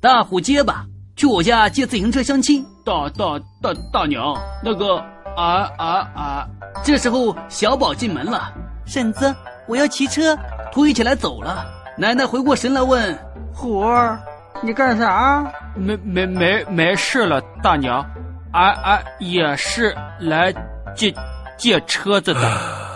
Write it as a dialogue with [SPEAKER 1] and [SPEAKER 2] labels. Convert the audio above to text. [SPEAKER 1] 大虎结巴，去我家借自行车相亲。
[SPEAKER 2] 大大大大娘，那个啊啊啊！
[SPEAKER 1] 这时候，小宝进门了，
[SPEAKER 3] 婶子，我要骑车。
[SPEAKER 1] 推起来走了。奶奶回过神来问：“
[SPEAKER 4] 虎儿，你干啥？”啊
[SPEAKER 2] 没没没没事了，大娘，俺、啊、俺、啊、也是来借借车子的。